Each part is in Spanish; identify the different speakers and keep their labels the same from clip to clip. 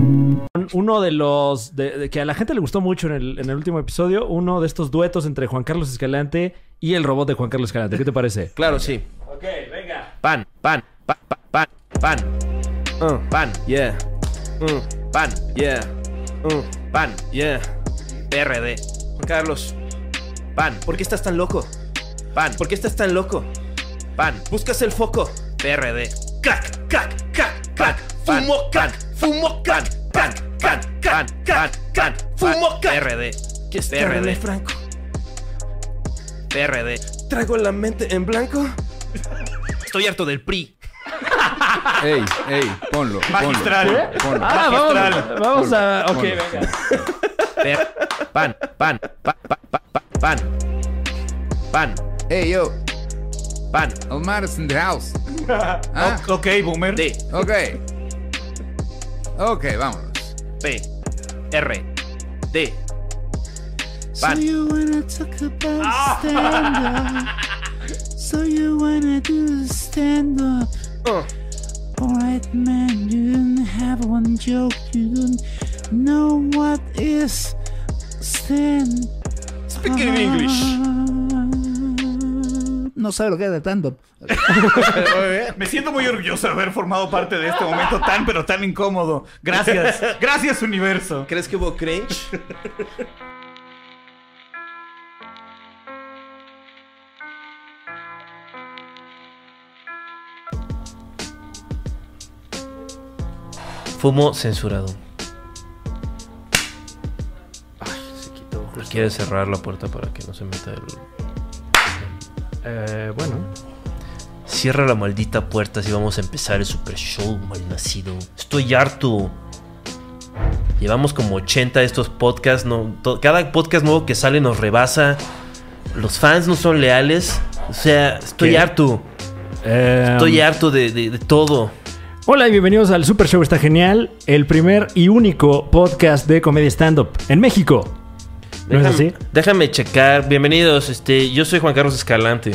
Speaker 1: un- uno de los de, de que a la gente le gustó mucho en el, en el último episodio, uno de estos duetos entre Juan Carlos Escalante y el robot de Juan Carlos Escalante. ¿Qué te parece?
Speaker 2: Claro, sí.
Speaker 1: Ok, venga.
Speaker 2: Pan, pan, pan, pan, pan. Mm, pan, yeah. Mm, pan, yeah. Mm, pan, yeah. PRD. Carlos, pan,
Speaker 3: ¿Por qué estás tan loco?
Speaker 2: pan,
Speaker 3: ¿Por qué estás tan loco?
Speaker 2: pan,
Speaker 3: Buscas el foco.
Speaker 2: PRD.
Speaker 3: Crack, crack, crack, crack.
Speaker 2: Pan,
Speaker 3: Fumo,
Speaker 2: pan,
Speaker 3: crack, fumo,
Speaker 2: Pan,
Speaker 3: crack,
Speaker 2: pan,
Speaker 3: crack,
Speaker 2: pan,
Speaker 3: crack, crack,
Speaker 2: pan, pan,
Speaker 3: crack,
Speaker 2: pan,
Speaker 3: crack. Fumo,
Speaker 2: pan,
Speaker 3: crack.
Speaker 2: PRD.
Speaker 3: ¿Qué es
Speaker 2: PRD.
Speaker 3: René Franco?
Speaker 2: PRD.
Speaker 3: ¿Traigo la mente en blanco?
Speaker 2: Estoy harto del PRI.
Speaker 4: Ey, ey, ponlo.
Speaker 2: Magistral.
Speaker 4: Ponlo, ponlo, ponlo.
Speaker 1: Ah, vamos, vamos a. Ok,
Speaker 4: Ponlo.
Speaker 1: venga.
Speaker 2: Per- pan, pan, pan, pan, pan, pan. Pan,
Speaker 4: Ey, yo.
Speaker 2: pan,
Speaker 4: Omar is in the house. Ah,
Speaker 5: Ok, boomer.
Speaker 2: D,
Speaker 4: ok. Ok, vámonos.
Speaker 2: P, R, D. Pan.
Speaker 6: Alright, man, you didn't have one joke. You don't know what is stand. Speaking in English. No sabe lo que es de stand-up.
Speaker 5: Me siento muy orgulloso de haber formado parte de este momento tan, pero tan incómodo. Gracias. Gracias, universo.
Speaker 3: ¿Crees que hubo cringe?
Speaker 2: Fumo censurado. ¿Quieres cerrar la puerta para que no se meta el...
Speaker 1: Eh, bueno.
Speaker 2: Cierra la maldita puerta si vamos a empezar el super show, malnacido. Estoy harto. Llevamos como 80 de estos podcasts. No, to- cada podcast nuevo que sale nos rebasa. Los fans no son leales. O sea, estoy
Speaker 1: ¿Qué?
Speaker 2: harto.
Speaker 1: Eh,
Speaker 2: Estoy harto de, de- de todo.
Speaker 1: Hola y bienvenidos al Super Show Está Genial, el primer y único podcast de comedia stand-up en México. ¿No es así?
Speaker 2: déjame checar. Bienvenidos. Este, yo soy Juan Carlos Escalante.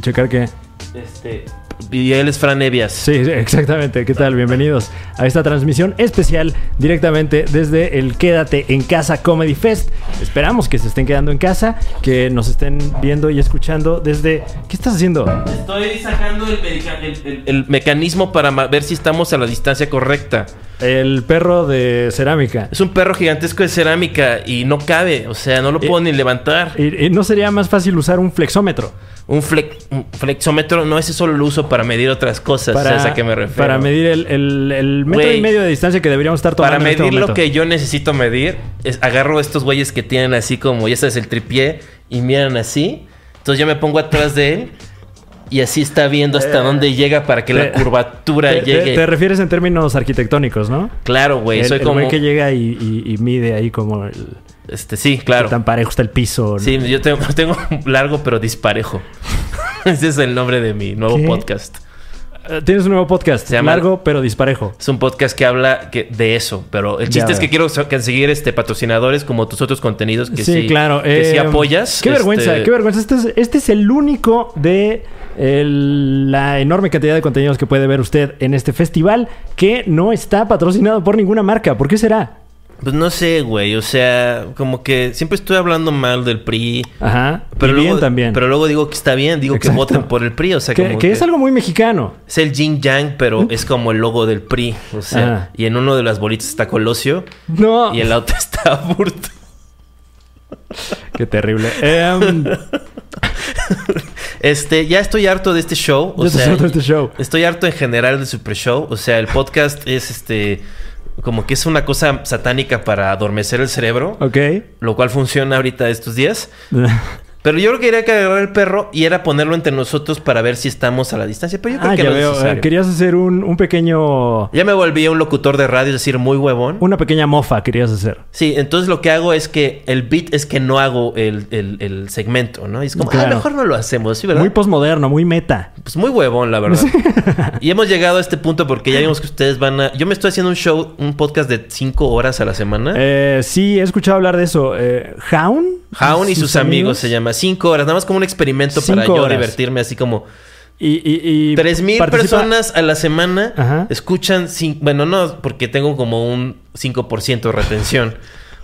Speaker 1: Checar que.
Speaker 2: Este, y él es Fran Evias.
Speaker 1: Sí, sí, exactamente. ¿Qué tal? Bienvenidos a esta transmisión especial directamente desde el Quédate en Casa Comedy Fest. Esperamos que se estén quedando en casa, que nos estén viendo y escuchando desde... ¿Qué estás haciendo?
Speaker 2: Estoy sacando el, medica- el- el- el mecanismo para ma- ver si estamos a la distancia correcta.
Speaker 1: El perro de cerámica.
Speaker 2: Es un perro gigantesco de cerámica y no cabe, o sea,
Speaker 1: Eh,
Speaker 2: no lo puedo ni levantar.
Speaker 1: ¿Y, y no sería más fácil usar un flexómetro?
Speaker 2: un, flex- un flexómetro no ese solo lo uso para medir otras cosas, ¿sabes a qué me refiero?
Speaker 1: para medir el, el- el metro
Speaker 2: Güey,
Speaker 1: y medio de distancia que deberíamos estar tomando
Speaker 2: Para
Speaker 1: en este
Speaker 2: medir lo
Speaker 1: momento.
Speaker 2: que yo necesito medir, es, agarro estos güeyes que tienen así como, ya sabes, el tripié y miran así. Entonces yo me pongo atrás de él y así está viendo hasta dónde llega para que la
Speaker 1: te-
Speaker 2: curvatura
Speaker 1: Eh, Te,
Speaker 2: llegue.
Speaker 1: te- te refieres en términos arquitectónicos, ¿no?
Speaker 2: Claro, güey,
Speaker 1: el,
Speaker 2: soy
Speaker 1: el
Speaker 2: como...
Speaker 1: güey que llega y, y- y mide ahí como el,
Speaker 2: Este, sí, claro.
Speaker 1: qué tan parejo está el piso. ¿no?
Speaker 2: Sí, yo tengo, tengo un largo pero disparejo. Ese es el nombre de mi nuevo
Speaker 1: ¿Qué?
Speaker 2: podcast.
Speaker 1: Eh, Tienes un nuevo podcast,
Speaker 2: Se llama-
Speaker 1: largo pero disparejo.
Speaker 2: Es un podcast que habla que- de eso, pero el
Speaker 1: Ya
Speaker 2: chiste es
Speaker 1: veo.
Speaker 2: que quiero so- conseguir este patrocinadores como tus otros contenidos que
Speaker 1: Sí,
Speaker 2: sí,
Speaker 1: claro.
Speaker 2: que sí
Speaker 1: eh,
Speaker 2: apoyas.
Speaker 1: Qué vergüenza,
Speaker 2: Este,
Speaker 1: qué vergüenza. Este es, este es el único de el- la enorme cantidad de contenidos que puede ver usted en este festival que no está patrocinado por ninguna marca. ¿Por qué será?
Speaker 2: Pues no sé, güey, o sea, como que siempre estoy hablando mal del PRI.
Speaker 1: Ajá.
Speaker 2: Pero
Speaker 1: y
Speaker 2: luego,
Speaker 1: bien también.
Speaker 2: Pero luego digo que está bien, digo
Speaker 1: Exacto.
Speaker 2: que voten por el PRI, o sea,
Speaker 1: que,
Speaker 2: como
Speaker 1: que es algo muy mexicano.
Speaker 2: Es el yin yang, pero es como el logo del PRI, o sea,
Speaker 1: Ajá.
Speaker 2: y en uno de las bolitas está Colosio
Speaker 1: No.
Speaker 2: y en la otra está Burto.
Speaker 1: Qué terrible. Em,
Speaker 2: Este, ya estoy harto de este show. O
Speaker 1: Ya estás
Speaker 2: sea,
Speaker 1: harto de este show.
Speaker 2: Estoy harto en general del Super Show. O sea, el podcast es este. Como que es una cosa satánica para adormecer el cerebro.
Speaker 1: ok.
Speaker 2: Lo cual funciona ahorita estos días. Pero yo creo que quería que agarrar el perro y era ponerlo entre nosotros para ver si estamos a la distancia. Pero yo creo
Speaker 1: ah,
Speaker 2: que
Speaker 1: ya
Speaker 2: no es
Speaker 1: veo.
Speaker 2: necesario.
Speaker 1: Eh, Querías hacer un, un pequeño.
Speaker 2: Ya me volví un locutor de radio, es decir, muy huevón.
Speaker 1: Una pequeña mofa querías hacer.
Speaker 2: Sí, entonces lo que hago es que el beat es que no hago el, el- el segmento, ¿no? Y es como, ah,
Speaker 1: Claro.
Speaker 2: mejor no lo hacemos, ¿sí, verdad?
Speaker 1: Muy posmoderno, muy meta.
Speaker 2: Pues muy huevón, la verdad. y hemos llegado a este punto porque ya vimos que ustedes van a... Yo me estoy haciendo un show, un podcast de cinco horas a la semana.
Speaker 1: Eh, sí, he escuchado hablar de eso. Eh, ¿Haun?
Speaker 2: Jaun y sus amigos se llama. Cinco horas, nada más como un experimento para
Speaker 1: Cinco
Speaker 2: yo
Speaker 1: horas.
Speaker 2: divertirme así como...
Speaker 1: Y, y, y
Speaker 2: 3000
Speaker 1: participa-
Speaker 2: personas a la semana
Speaker 1: Ajá.
Speaker 2: escuchan, cin- bueno, no, porque tengo como un 5% de retención.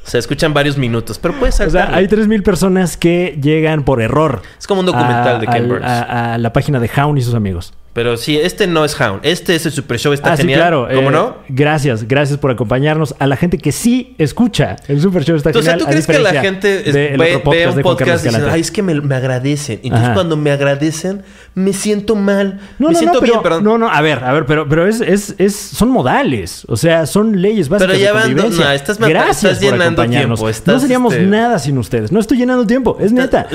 Speaker 2: O sea, escuchan varios minutos, pero puedes
Speaker 1: O sea,
Speaker 2: saltarlo.
Speaker 1: hay 3.000 personas que llegan por error.
Speaker 2: Es como un documental
Speaker 1: a-
Speaker 2: de Ken
Speaker 1: al-
Speaker 2: Burns.
Speaker 1: A, a la página de Hound y sus amigos.
Speaker 2: Pero sí, este no es Hound. Este es el Super Show, está
Speaker 1: ah,
Speaker 2: genial.
Speaker 1: sí, claro.
Speaker 2: ¿Cómo
Speaker 1: eh,
Speaker 2: no?
Speaker 1: Gracias, gracias por acompañarnos. A la gente que sí escucha el Super Show está
Speaker 2: Entonces,
Speaker 1: genial.
Speaker 2: ¿tú
Speaker 1: a
Speaker 2: crees que la
Speaker 1: diferencia
Speaker 2: gente es-
Speaker 1: del
Speaker 2: ve,
Speaker 1: otro
Speaker 2: ve
Speaker 1: de
Speaker 2: un
Speaker 1: Juan Carlos
Speaker 2: podcast y dice,
Speaker 1: Escalante?
Speaker 2: ay, es que me, me agradecen? Entonces,
Speaker 1: Ajá.
Speaker 2: cuando me agradecen, me siento mal.
Speaker 1: No,
Speaker 2: me
Speaker 1: no,
Speaker 2: siento
Speaker 1: no, pero,
Speaker 2: bien, perdón.
Speaker 1: no, no, a ver, a ver, pero, pero es, es, es, son modales, o sea, son leyes básicas
Speaker 2: Pero ya
Speaker 1: de
Speaker 2: van-
Speaker 1: convivencia.
Speaker 2: no, estás mata-
Speaker 1: Gracias
Speaker 2: estás
Speaker 1: por
Speaker 2: llenando
Speaker 1: acompañarnos.
Speaker 2: tiempo, estás,
Speaker 1: no seríamos
Speaker 2: este-
Speaker 1: nada sin ustedes. No estoy llenando tiempo, es neta.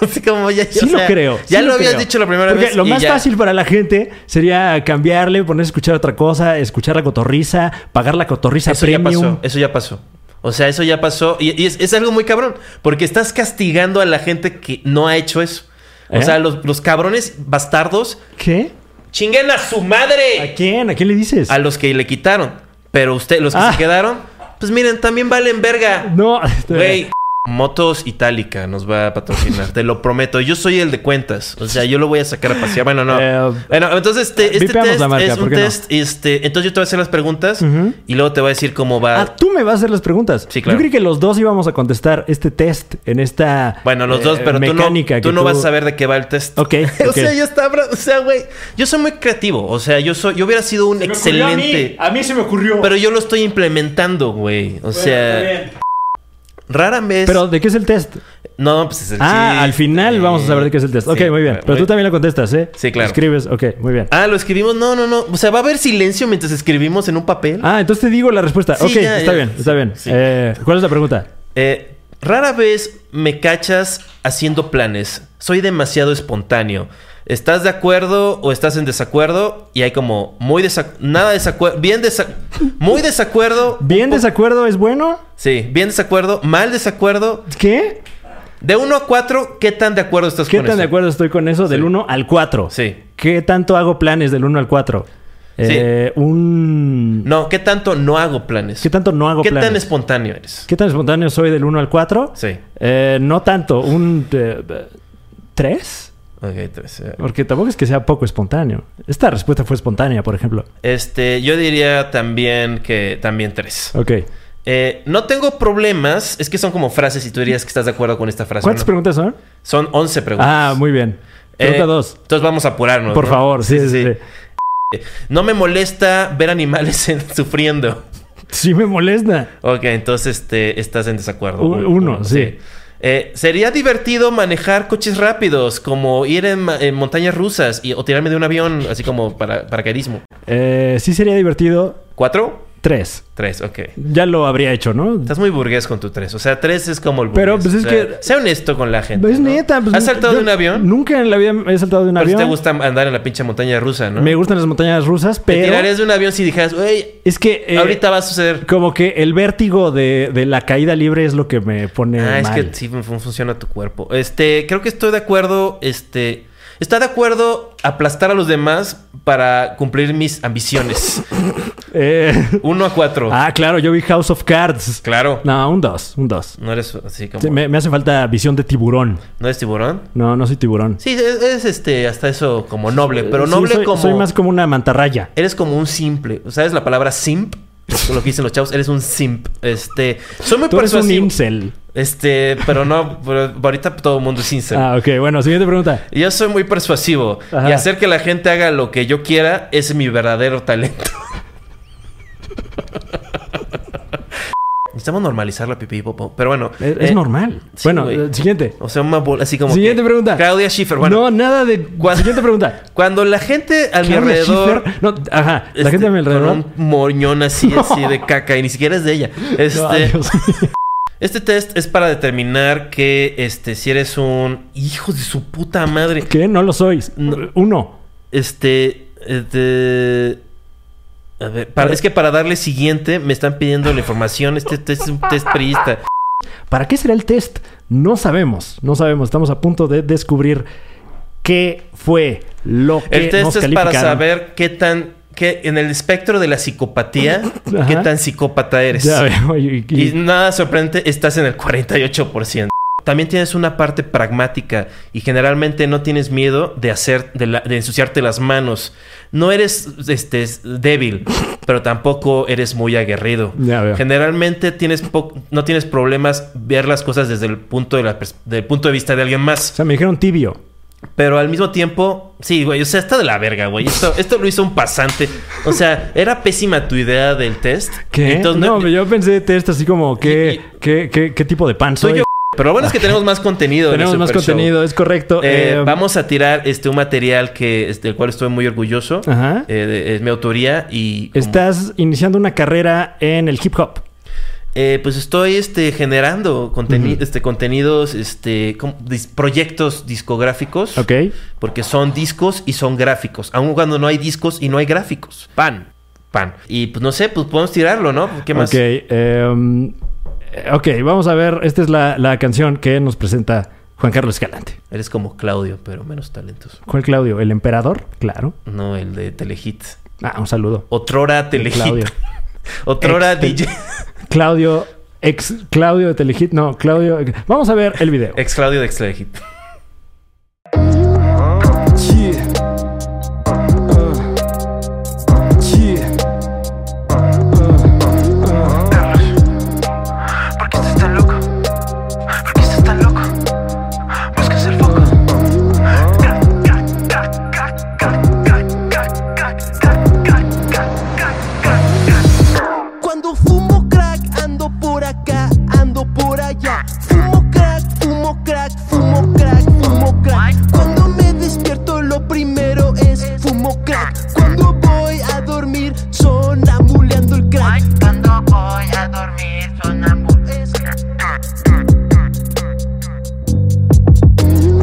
Speaker 2: Así como ya,
Speaker 1: Sí
Speaker 2: o sea,
Speaker 1: lo creo.
Speaker 2: Ya
Speaker 1: sí
Speaker 2: lo, habías
Speaker 1: creo.
Speaker 2: dicho la primera
Speaker 1: Porque
Speaker 2: vez.
Speaker 1: Lo
Speaker 2: y
Speaker 1: más
Speaker 2: ya.
Speaker 1: fácil para la gente sería cambiarle, ponerse a escuchar otra cosa, escuchar la cotorriza, pagar la cotorriza
Speaker 2: Eso ya
Speaker 1: premium.
Speaker 2: pasó. Eso ya pasó. O sea, eso ya pasó. Y, y es, es algo muy cabrón. Porque estás castigando a la gente que no ha hecho eso. O
Speaker 1: ¿Eh?
Speaker 2: sea, los, los cabrones bastardos
Speaker 1: ¿Qué?
Speaker 2: chinguen a su madre.
Speaker 1: ¿A quién? ¿A quién le dices?
Speaker 2: a los que le quitaron. Pero usted, los que
Speaker 1: Ah.
Speaker 2: se quedaron, pues miren, también valen verga.
Speaker 1: No, eh,
Speaker 2: Güey, Motos Itálica nos va a patrocinar, te lo prometo. Yo soy el de cuentas. O sea, yo lo voy a sacar a pasear. Bueno, no.
Speaker 1: Eh,
Speaker 2: bueno, entonces este, este
Speaker 1: vipeamos
Speaker 2: test
Speaker 1: la marca,
Speaker 2: es un
Speaker 1: ¿por qué no?
Speaker 2: test. Este, entonces yo te voy a hacer las preguntas
Speaker 1: Ujú.
Speaker 2: y luego te voy a decir cómo va.
Speaker 1: Ah, tú me vas a hacer las preguntas.
Speaker 2: Sí, claro.
Speaker 1: Yo creí que los dos íbamos a contestar este test en esta
Speaker 2: bueno, los
Speaker 1: eh,
Speaker 2: dos, pero tú no,
Speaker 1: mecánica
Speaker 2: tú
Speaker 1: que
Speaker 2: no vas a saber de qué va el test.
Speaker 1: Ok,
Speaker 2: o
Speaker 1: ok.
Speaker 2: sea, yo estaba, o sea, güey, yo soy muy creativo. O sea, yo soy, yo hubiera sido un excelente.
Speaker 1: A mí, se me ocurrió. Pero,
Speaker 2: Pero yo lo estoy implementando, güey. O sea, rara vez.
Speaker 1: ¿de qué es el test?
Speaker 2: no, pues es el
Speaker 1: ah,
Speaker 2: chiste.
Speaker 1: al final vamos a saber de qué es el test. ok,
Speaker 2: Sí,
Speaker 1: muy bien.
Speaker 2: bueno,
Speaker 1: Pero tú también lo contestas, ¿eh?
Speaker 2: Sí, claro.
Speaker 1: Escribes, ok, muy bien.
Speaker 2: Ah, lo escribimos. No, no, no. O sea, va a haber silencio mientras escribimos en un papel.
Speaker 1: Ah, entonces te digo la respuesta.
Speaker 2: Sí,
Speaker 1: ok,
Speaker 2: ya,
Speaker 1: está
Speaker 2: ya.
Speaker 1: bien, está bien.
Speaker 2: Sí.
Speaker 1: Eh, ¿Cuál es la pregunta?
Speaker 2: Eh, rara vez me cachas haciendo planes. Soy demasiado espontáneo. ¿Estás de acuerdo o estás en desacuerdo? Y hay como muy desacuerdo. Nada desacuerdo. Bien desacuerdo. Muy desacuerdo.
Speaker 1: ¿Bien desacuerdo es bueno?
Speaker 2: Sí, bien desacuerdo. Mal desacuerdo.
Speaker 1: ¿Qué?
Speaker 2: De 1 a 4, ¿qué tan de acuerdo estás
Speaker 1: ¿Qué
Speaker 2: con
Speaker 1: tan
Speaker 2: eso?
Speaker 1: de acuerdo estoy con eso? Del
Speaker 2: Sí.
Speaker 1: 1 al 4.
Speaker 2: Sí.
Speaker 1: ¿Qué tanto hago planes del 1 al 4? Eh, un...
Speaker 2: No, ¿qué tanto no hago planes?
Speaker 1: ¿Qué tanto no hago
Speaker 2: ¿Qué
Speaker 1: planes?
Speaker 2: tan espontáneo eres?
Speaker 1: ¿Qué tan espontáneo soy del 1 al 4?
Speaker 2: Sí.
Speaker 1: Eh, no tanto, un... eh, ¿Tres?
Speaker 2: Ok, tres, eh.
Speaker 1: Porque tampoco es que sea poco espontáneo. Esta respuesta fue espontánea, por ejemplo.
Speaker 2: Este, yo diría también que también tres.
Speaker 1: Ok.
Speaker 2: Eh, no tengo problemas. Es que son como frases y tú dirías que estás de acuerdo con esta frase.
Speaker 1: ¿Cuántas
Speaker 2: ¿no?
Speaker 1: preguntas son?
Speaker 2: Son 11 preguntas.
Speaker 1: Ah, muy bien.
Speaker 2: Eh,
Speaker 1: Pregunta 2.
Speaker 2: Entonces vamos a apurarnos.
Speaker 1: Por
Speaker 2: ¿no?
Speaker 1: favor, sí, sí, sí. sí.
Speaker 2: No me molesta ver animales en- sufriendo.
Speaker 1: me molesta.
Speaker 2: Ok, entonces este, estás en desacuerdo.
Speaker 1: U- uno, sí.
Speaker 2: Eh, sería divertido manejar coches rápidos, como ir en, ma- en montañas rusas y, o tirarme de un avión, así como para paracaidismo.
Speaker 1: Eh, sí sería divertido.
Speaker 2: ¿Cuatro?
Speaker 1: Tres.
Speaker 2: Tres, ok.
Speaker 1: Ya lo habría hecho, ¿no?
Speaker 2: Estás muy burgués con tu tres. O sea, tres es como el burgués.
Speaker 1: Pero, pues, es
Speaker 2: O sea,
Speaker 1: que-
Speaker 2: Sea honesto con la gente.
Speaker 1: Es
Speaker 2: ¿no?
Speaker 1: neta. pues,
Speaker 2: ¿Has saltado
Speaker 1: yo
Speaker 2: de un avión?
Speaker 1: Nunca en la vida he saltado de un
Speaker 2: Pero sí
Speaker 1: avión.
Speaker 2: te gusta andar en la pinche montaña rusa, ¿no?
Speaker 1: Me gustan las montañas rusas,
Speaker 2: Te
Speaker 1: pero.
Speaker 2: tirarías de un avión si dijeras, güey,
Speaker 1: Es que. eh,
Speaker 2: ahorita va a suceder.
Speaker 1: Como que el vértigo de, de la caída libre es lo que me pone.
Speaker 2: Ah, es
Speaker 1: eh, mal.
Speaker 2: que sí fun- fun- funciona tu cuerpo. Este, creo que estoy de acuerdo, este... Está de acuerdo aplastar a los demás para cumplir mis ambiciones.
Speaker 1: Eh,
Speaker 2: Uno a cuatro.
Speaker 1: ah, claro, yo vi House of Cards.
Speaker 2: Claro. No.
Speaker 1: No, un dos, un dos.
Speaker 2: eres así como...
Speaker 1: Sí, me, me hace falta visión de tiburón.
Speaker 2: ¿No eres tiburón?
Speaker 1: No, no soy tiburón.
Speaker 2: Sí, es, es, este... Hasta eso como noble. Pero
Speaker 1: Sí,
Speaker 2: noble
Speaker 1: soy-
Speaker 2: como...
Speaker 1: Soy más como una mantarraya.
Speaker 2: Eres como un simple. ¿Sabes la palabra simp? Es lo que dicen los chavos. Eres un simp. Este... Soy muy
Speaker 1: Tú eres un
Speaker 2: persuasivo.
Speaker 1: incel.
Speaker 2: Este... Pero no... pero ahorita todo el mundo es simp.
Speaker 1: Ah, ok. Bueno, siguiente pregunta.
Speaker 2: Yo soy muy persuasivo
Speaker 1: Ajá.
Speaker 2: y hacer que la gente haga lo que yo quiera es mi verdadero talento. Necesitamos normalizar la pipí popo, pero bueno.
Speaker 1: Es, es
Speaker 2: eh,
Speaker 1: normal.
Speaker 2: sí,
Speaker 1: bueno,
Speaker 2: güey.
Speaker 1: eh, siguiente.
Speaker 2: O sea, una bola así como.
Speaker 1: Siguiente
Speaker 2: que-
Speaker 1: pregunta.
Speaker 2: Claudia Schiffer.
Speaker 1: No,
Speaker 2: Bueno,
Speaker 1: nada de.
Speaker 2: Cuando-
Speaker 1: Siguiente pregunta.
Speaker 2: cuando la gente a mi
Speaker 1: Claudia
Speaker 2: alrededor.
Speaker 1: Schiffer. No, ajá. La
Speaker 2: este,
Speaker 1: gente a mi alrededor.
Speaker 2: Con un moñón así, así de caca y ni siquiera es de ella. Este,
Speaker 1: No, ay, Dios mío.
Speaker 2: este test es para determinar que este, si eres un hijo de su puta madre.
Speaker 1: ¿Qué? No lo sois.
Speaker 2: No.
Speaker 1: Uno.
Speaker 2: Este. este, A ver, para- es que para darle siguiente me están pidiendo la información. Este, test es un test priista.
Speaker 1: ¿Para qué será el test? No sabemos. No sabemos. Estamos a punto de descubrir qué fue lo que
Speaker 2: El test
Speaker 1: nos
Speaker 2: es para
Speaker 1: calificaron.
Speaker 2: saber qué tan. Qué, en el espectro de la psicopatía,
Speaker 1: Ajá.
Speaker 2: qué tan psicópata eres.
Speaker 1: Ya veo. y- y-
Speaker 2: y nada sorprendente, estás en el 48%. también tienes una parte pragmática y generalmente no tienes miedo de hacer de, la- de ensuciarte las manos. No eres este es débil, pero tampoco eres muy aguerrido.
Speaker 1: Ya veo.
Speaker 2: Generalmente tienes po- no tienes problemas ver las cosas desde el punto de la pers- del punto de vista de alguien
Speaker 1: O
Speaker 2: más,
Speaker 1: sea, me dijeron tibio.
Speaker 2: pero al mismo tiempo, sí, güey, o sea, está de la verga, güey. Esto esto lo hizo un pasante. O sea, era pésima tu idea del test.
Speaker 1: ¿Qué?
Speaker 2: Entonces,
Speaker 1: ¿Eh? no,
Speaker 2: no-
Speaker 1: yo pensé test así como, ¿qué, qué, qué, qué tipo de pan soy?
Speaker 2: soy yo. Pero lo bueno es que tenemos más contenido. en el
Speaker 1: Tenemos más
Speaker 2: Super Show.
Speaker 1: contenido, es correcto.
Speaker 2: Eh,
Speaker 1: Eh,
Speaker 2: vamos a tirar este un material que este, del cual estoy muy orgulloso.
Speaker 1: Ajá.
Speaker 2: Eh, de- es mi autoría y como-
Speaker 1: Estás iniciando una carrera en el hip hop.
Speaker 2: eh, pues estoy este generando conteni- este contenidos este com- dis- proyectos discográficos.
Speaker 1: Ok.
Speaker 2: Porque son discos y son gráficos. Aun cuando no hay discos y no hay gráficos. Pan. Pan. Y pues no sé, pues podemos tirarlo, ¿no? ¿Qué más?
Speaker 1: Ok. em, ok, vamos a ver. Esta es la, la canción que nos presenta Juan Carlos Escalante.
Speaker 2: Eres como Claudio, pero menos talentoso.
Speaker 1: ¿Cuál Claudio? ¿El emperador? Claro.
Speaker 2: No, el de Telehit.
Speaker 1: Ah, un saludo.
Speaker 2: Otrora
Speaker 1: Claudio.
Speaker 2: Telehit. Otrora
Speaker 1: Ex Tel-
Speaker 2: DJ.
Speaker 1: Claudio, ex Claudio de Telehit. No, Claudio. Vamos a ver el video.
Speaker 2: Ex Claudio de Ex Telehit.
Speaker 7: Yeah. Uh. Yeah. Uh. Uh.
Speaker 8: ¿Por qué estás tan loco? ¿Por qué estás tan loco? Buscas el foco. Ca, ca, ca, ca, ca, ca, ca, ca, ca, ca, ca, ca, ca, ca.
Speaker 9: Cuando fumo crack, ando por acá, ando por allá. Fumo crack, fumo crack, fumo crack, fumo crack. Cuando me despierto, lo primero es fumo crack. Cuando voy a dormir, sonamuleando el crack.
Speaker 8: Cuando voy a dormir sonambulismo.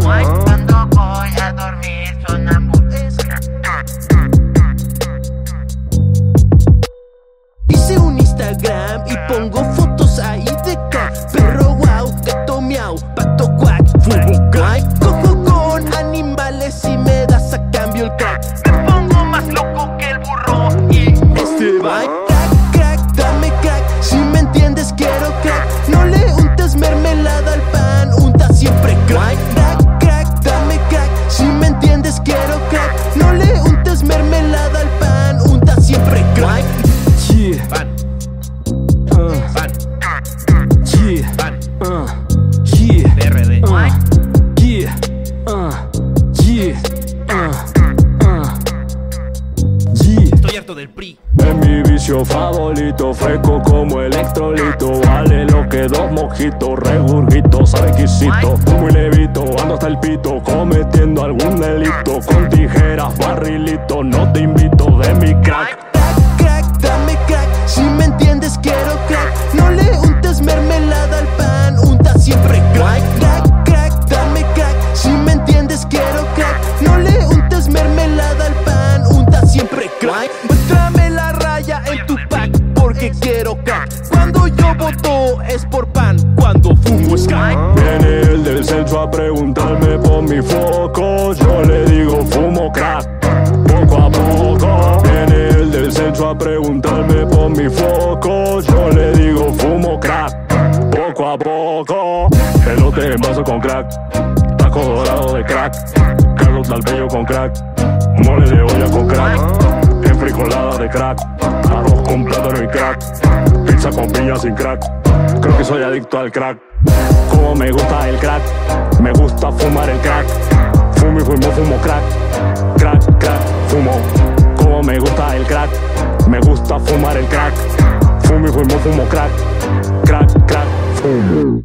Speaker 8: Cuando voy a dormir sonambulismo.
Speaker 9: Hice un Instagram y pongo fotos ahí de crack. Perro guau, gato miau, pato cuac, fumo crack. Cojo con animales y me das a cambio el crack.
Speaker 8: Me pongo más loco que el burro y
Speaker 9: este bike Crack, crack, dame crack Si me entiendes quiero crack No le untes mermelada al pan Unta siempre crack Crack, crack, dame crack Si me entiendes quiero crack No le untes mermelada al pan Unta siempre crack
Speaker 7: Yeah.
Speaker 1: Ah.
Speaker 7: Uh. Yeah. Uh. Yeah. Uh. Yeah. Uh. Yeah.
Speaker 1: Ah.
Speaker 7: Uh. Uh. Yeah.
Speaker 2: Estoy harto del PRI.
Speaker 7: Es mi vicio favorito, fresco como electrolito. Vale lo que dos mojitos, regurgito, sabe exquisito. Muy levito, ando hasta el pito, cometiendo algún delito. Con tijeras, barrilito, no te invito de mi crack.
Speaker 9: Crack, crack, dame crack Si me entiendes quiero crack No le untes mermelada al pan Unta siempre crack Crack, crack, dame crack Si me entiendes quiero crack No le untes mermelada al pan Unta siempre crack Muéstrame la raya en tu pack Porque quiero crack Cuando yo voto es por pan Cuando fumo es crack
Speaker 7: Viene el del centro a preguntarme por mi foco. Yo le digo fumo crack, poco a poco. Viene el del centro a preguntarme por mi foco. Yo le digo fumo crack, poco a poco. Pelote en vaso con crack, taco dorado de crack. Carlos Dalbello con crack, mole de olla con crack. Enfricolada de crack, arroz con plátano y crack. Pizza con piña sin crack, creo que soy adicto al crack. Como me gusta el crack, me gusta fumar el crack. Fumo y fumo, fumo crack, crack, crack, fumo. Como me gusta el crack, me gusta fumar el crack. Fumo y fumo, fumo crack, crack, crack, fumo.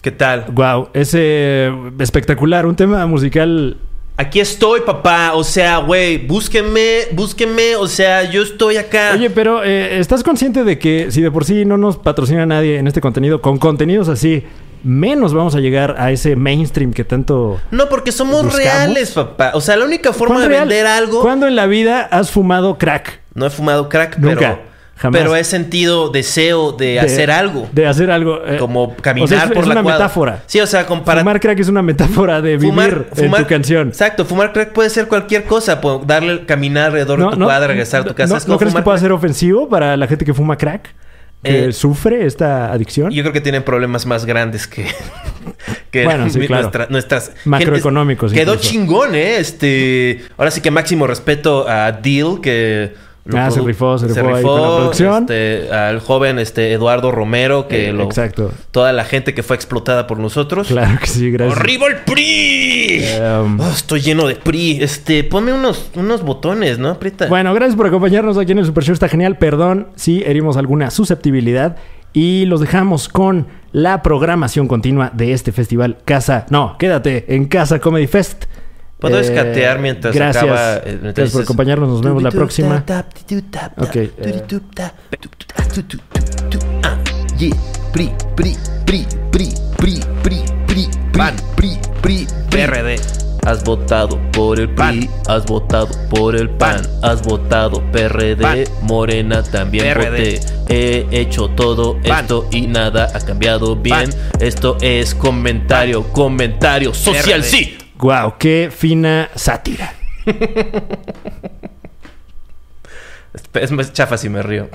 Speaker 2: ¿Qué tal?
Speaker 1: Wow, ese eh, espectacular, un tema musical.
Speaker 2: Aquí estoy, papá. O sea, güey, búsquenme, búsquenme. O sea, yo estoy acá.
Speaker 1: Oye, pero eh, ¿estás consciente de que si de por sí no nos patrocina nadie en este contenido, con contenidos así, menos vamos a llegar a ese mainstream que tanto...
Speaker 2: no, porque somos
Speaker 1: ¿Buscamos?
Speaker 2: reales, papá. O sea, la única forma
Speaker 1: ¿Cuándo
Speaker 2: de
Speaker 1: real-
Speaker 2: vender algo.
Speaker 1: ¿Cuándo en la vida has fumado crack?
Speaker 2: No he fumado crack,
Speaker 1: Nunca,
Speaker 2: pero.
Speaker 1: jamás.
Speaker 2: Pero he sentido deseo de, hacer algo.
Speaker 1: De hacer algo. eh,
Speaker 2: como caminar
Speaker 1: o sea, es,
Speaker 2: por
Speaker 1: es
Speaker 2: la
Speaker 1: una
Speaker 2: cuadra.
Speaker 1: metáfora.
Speaker 2: Sí, o sea, comparar.
Speaker 1: Fumar crack es una metáfora de vivir en tu canción.
Speaker 2: Exacto, fumar crack puede ser cualquier cosa. po- Darle, caminar alrededor de tu cuadra, regresar a tu casa.
Speaker 1: no-
Speaker 2: es como
Speaker 1: ¿no crees que
Speaker 2: fumar
Speaker 1: pueda
Speaker 2: crack.
Speaker 1: ser ofensivo para la gente que fuma crack? que
Speaker 2: Eh,
Speaker 1: sufre esta adicción?
Speaker 2: Yo creo que tienen problemas más grandes que, que
Speaker 1: Bueno, sí, claro.
Speaker 2: nuestra- nuestras
Speaker 1: Macroeconómicos,
Speaker 2: Quedó
Speaker 1: incluso.
Speaker 2: chingón, ¿eh? Este, ahora sí que máximo respeto a Deal, que... lo
Speaker 1: Ah, se
Speaker 2: produ-
Speaker 1: rifó, se rifó ahí con la producción.
Speaker 2: este, al joven este, Eduardo Romero, que
Speaker 1: Eh,
Speaker 2: lo,
Speaker 1: Exacto.
Speaker 2: toda la gente que fue explotada por nosotros.
Speaker 1: Claro que sí, gracias.
Speaker 2: ¡Arriba el PRI!
Speaker 1: Em,
Speaker 2: Oh, estoy lleno de PRI. Este, ponme unos, unos botones, ¿no? Aprieta.
Speaker 1: Bueno, gracias por acompañarnos aquí en el Super Show. Está genial. Perdón si herimos alguna susceptibilidad. Y los dejamos con la programación continua de este festival Casa. No, quédate en Casa Comedy Fest. Eh,
Speaker 2: ¿Puedo escatear mientras
Speaker 1: gracias.
Speaker 2: acaba, eh, mientras
Speaker 1: gracias por
Speaker 2: dices-
Speaker 1: acompañarnos. Nos vemos la próxima. Ok, eh.
Speaker 2: ah,
Speaker 9: Yeah, pri, pri, pri, pri, pri, pri, pri, pri, pri, pri, pri.
Speaker 2: PRD. Has votado por el PRI, has votado por el PAN, has votado PRD, Morena también
Speaker 3: PRD.
Speaker 2: voté. He hecho todo esto y nada ha cambiado bien. Esto es comentario, comentario social, sí.
Speaker 1: Guau, qué fina sátira.
Speaker 2: Es más chafa si me río.